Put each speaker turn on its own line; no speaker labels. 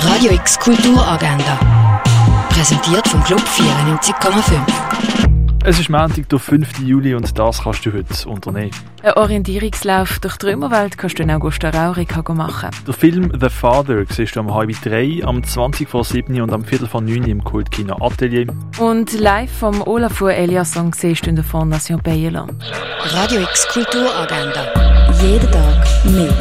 Radio X Kulturagenda. Präsentiert vom Club 94,5.
Es ist Montag, der 5. Juli und das kannst du heute unternehmen.
Ein Orientierungslauf durch die Römerwelt kannst du in Augusta Raurica machen.
Der Film «The Father» siehst du am halb drei, am 20 vor 7 und am Viertel vor 9 im Kultkino Atelier.
Und live vom Olafur Eliasson siehst du in der Fondation Bayerland.
Radio X Kulturagenda. Jeden Tag mehr.